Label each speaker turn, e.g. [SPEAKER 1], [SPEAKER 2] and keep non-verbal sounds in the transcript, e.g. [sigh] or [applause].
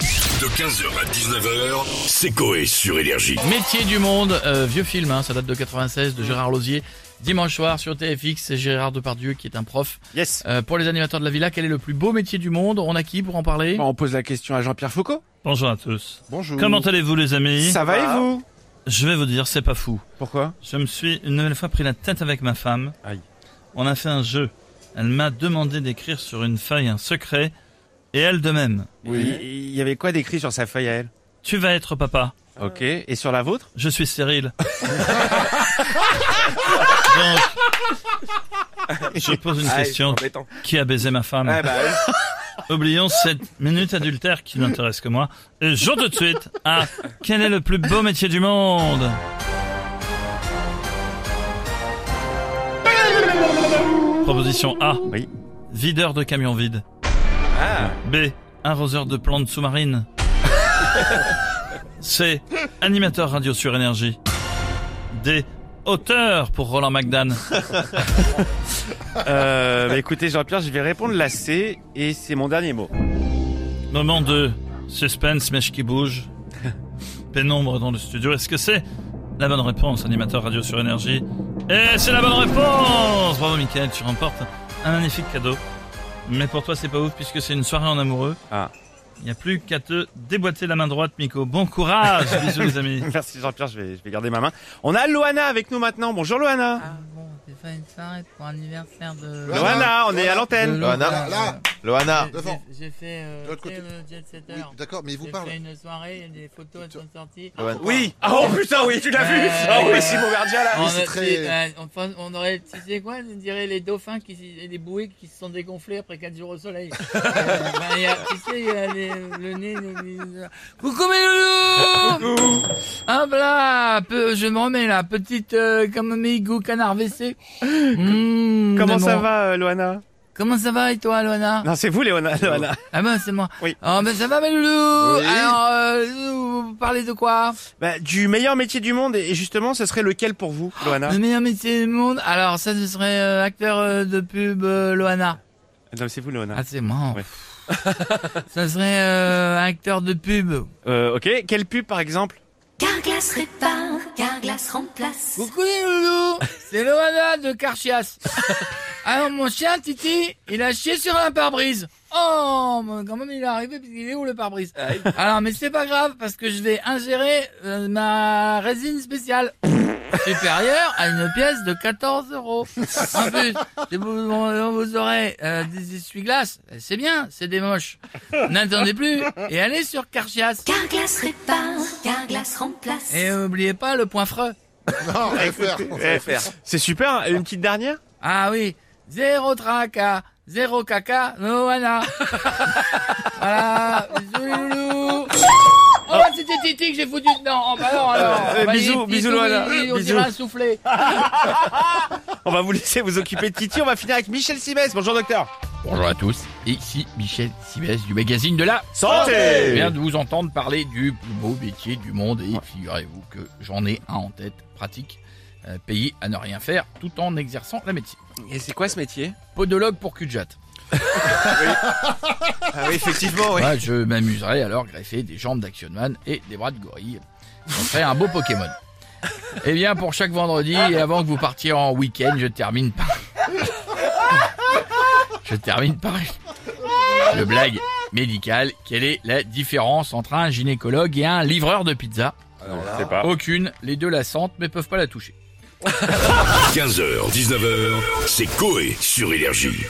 [SPEAKER 1] De 15h à 19h, c'est Coé sur Énergie.
[SPEAKER 2] Métier du monde, euh, vieux film, hein, ça date de 96 de Gérard Lausier. Dimanche soir sur TFX, c'est Gérard Depardieu qui est un prof.
[SPEAKER 3] Yes.
[SPEAKER 2] Euh, pour les animateurs de la villa, quel est le plus beau métier du monde On a qui pour en parler
[SPEAKER 3] Euh, On pose la question à Jean-Pierre Foucault.
[SPEAKER 4] Bonjour à tous.
[SPEAKER 3] Bonjour. Bah.
[SPEAKER 4] Comment allez-vous les amis
[SPEAKER 3] Mm. Ça va et vous
[SPEAKER 4] Je vais vous dire, c'est pas fou.
[SPEAKER 3] Pourquoi
[SPEAKER 4] Je me suis une nouvelle fois pris la tête avec ma femme.
[SPEAKER 3] Aïe.
[SPEAKER 4] On a fait un jeu. Elle m'a demandé d'écrire sur une feuille un secret et elle de même.
[SPEAKER 3] Oui. Il il y avait quoi d'écrit sur sa feuille à elle
[SPEAKER 4] Tu vas être papa.
[SPEAKER 3] Ok. Et sur la vôtre
[SPEAKER 4] Je
[SPEAKER 3] [laughs]
[SPEAKER 4] suis stérile. Donc, je pose
[SPEAKER 3] Ah,
[SPEAKER 4] une question. Qui a baisé ma femme
[SPEAKER 3] bah elle.
[SPEAKER 4] Oublions cette minute adultère qui n'intéresse que moi. Et jour tout de suite à quel est le plus beau métier du monde Proposition A.
[SPEAKER 3] Oui.
[SPEAKER 4] Videur de camion vide.
[SPEAKER 3] Ah.
[SPEAKER 4] B. Arroseur de plantes sous-marines. C. Animateur radio sur énergie. D. Auteur pour Roland McDan.
[SPEAKER 3] Euh, bah écoutez Jean-Pierre, je vais répondre la C et c'est mon dernier mot. [laughs]
[SPEAKER 4] Moment de suspense, mèche qui bouge. Pénombre dans le studio. Est-ce que c'est la bonne réponse, animateur radio sur énergie Et c'est la bonne réponse Bravo Michael, tu remportes un magnifique cadeau. Mais pour toi, c'est pas ouf puisque c'est une soirée en amoureux.
[SPEAKER 3] Ah.
[SPEAKER 4] Il n'y a plus qu'à te déboîter la main droite, Miko. Bon courage Bisous les amis
[SPEAKER 3] Merci Jean-Pierre, je vais, je vais garder ma main. On a Loana avec nous maintenant. Bonjour Loana.
[SPEAKER 5] Ah bon, c'est pas une soirée pour l'anniversaire de.
[SPEAKER 6] Loana,
[SPEAKER 3] Ah, Loana, on est à
[SPEAKER 6] Loana.
[SPEAKER 3] l'antenne.
[SPEAKER 5] de
[SPEAKER 6] Loana.
[SPEAKER 5] Loana.
[SPEAKER 6] Là. Loana,
[SPEAKER 5] J'ai-
[SPEAKER 6] devant.
[SPEAKER 5] j'ai- J'ai fait euh,
[SPEAKER 6] De l'autre
[SPEAKER 5] fait
[SPEAKER 6] côté.
[SPEAKER 5] le jet setter.
[SPEAKER 6] Oui, d'accord, mais il vous
[SPEAKER 5] J'ai
[SPEAKER 6] parle.
[SPEAKER 5] fait une soirée, et des photos elles sont sorties.
[SPEAKER 6] Loana.
[SPEAKER 3] Oui. Ah, Oh putain, oui, tu l'as vu.
[SPEAKER 5] Euh,
[SPEAKER 3] Ah oui,
[SPEAKER 5] euh,
[SPEAKER 3] Simon Gardia là.
[SPEAKER 5] on,
[SPEAKER 6] c'est
[SPEAKER 5] a-
[SPEAKER 6] très-
[SPEAKER 5] c'est, euh, on, pense- on aurait, tu sais quoi, on dirait les dauphins qui, s- et les bouées qui se sont dégonflés après 4 jours au
[SPEAKER 3] [laughs]
[SPEAKER 5] soleil. Euh, ben, il y a- tu sais, il y a les- le nez. le- le- Coucou mes loulous Hop là peu- Je me remets là, petite euh, camomille goût canard WC. Mmh,
[SPEAKER 3] Comment
[SPEAKER 5] mais
[SPEAKER 3] ça
[SPEAKER 5] bon.
[SPEAKER 3] va euh, Loana
[SPEAKER 5] Comment ça va et toi Loana
[SPEAKER 3] Non, c'est vous Léona, Loana.
[SPEAKER 5] Ah ben c'est moi.
[SPEAKER 3] Oui.
[SPEAKER 5] Oh ben ça va mes loulous
[SPEAKER 6] Oui.
[SPEAKER 5] Alors euh, vous vous parlez de quoi
[SPEAKER 3] Bah, du meilleur métier du monde et justement, ce serait lequel pour vous, Loana
[SPEAKER 5] Le meilleur métier du monde Alors ça ce serait euh, acteur euh, de pub euh, Loana.
[SPEAKER 3] Non, c'est vous Loana.
[SPEAKER 5] Ah c'est moi.
[SPEAKER 3] Ouais.
[SPEAKER 5] [laughs] ça serait euh, acteur de pub.
[SPEAKER 3] Euh, ok, quelle pub par exemple
[SPEAKER 7] Carglass répare, Carglass remplace.
[SPEAKER 5] Coucou les loulous, c'est Loana de Carchias. Alors mon chien Titi, il a chié sur un pare-brise. Oh, mais quand même il est arrivé puisqu'il est où le pare-brise Alors mais c'est pas grave parce que je vais ingérer euh, ma résine spéciale [laughs] supérieure à une pièce de 14 euros. En plus, si vous, vous- vous aurez euh, des essuie-glaces, c'est bien, c'est des moches. N'attendez plus et allez sur Carchias.
[SPEAKER 7] Carglass répare, Carglass remplace.
[SPEAKER 5] Et oubliez pas le point freux.
[SPEAKER 6] Non, FR.
[SPEAKER 3] Eh, C'est super, une petite dernière
[SPEAKER 5] Ah oui, zéro tracas, zéro caca, Noana. [laughs] voilà, bisous les loulous. Oh, bah, c'était Titi que j'ai foutu dedans. Oh, bah non, alors.
[SPEAKER 3] Euh,
[SPEAKER 5] Bah,
[SPEAKER 3] bisous,
[SPEAKER 5] il est petit,
[SPEAKER 3] bisous,
[SPEAKER 5] tout,
[SPEAKER 3] Loana.
[SPEAKER 5] il- il- On
[SPEAKER 3] Bisous.
[SPEAKER 5] dirait un soufflé.
[SPEAKER 3] On va vous laisser vous occuper de Titi. On va finir avec Michel Simès. Bonjour docteur.
[SPEAKER 2] Bonjour à tous, ici Michel Sibès du magazine de la... Je
[SPEAKER 3] Santé.
[SPEAKER 2] viens de vous entendre parler du plus beau métier du monde et figurez-vous que j'en ai un en tête, pratique, euh, payé à ne rien faire tout en exerçant la médecine.
[SPEAKER 3] Et c'est quoi ce métier
[SPEAKER 2] Podologue pour cul de jatte.
[SPEAKER 3] Ah oui, effectivement, oui.
[SPEAKER 2] Moi, je m'amuserais alors à greffer des jambes d'Action Man et des bras de gorille. Ça serait un beau Pokémon. Eh bien, pour chaque vendredi, et avant que vous partiez en week-end, je termine par... Je termine par... Le blague médical. Quelle est la différence entre un gynécologue et un livreur de pizza
[SPEAKER 3] pas.
[SPEAKER 2] Aucune. Les deux la sentent, mais peuvent pas la toucher.
[SPEAKER 1] 15h, 19h, c'est Coé sur Énergie.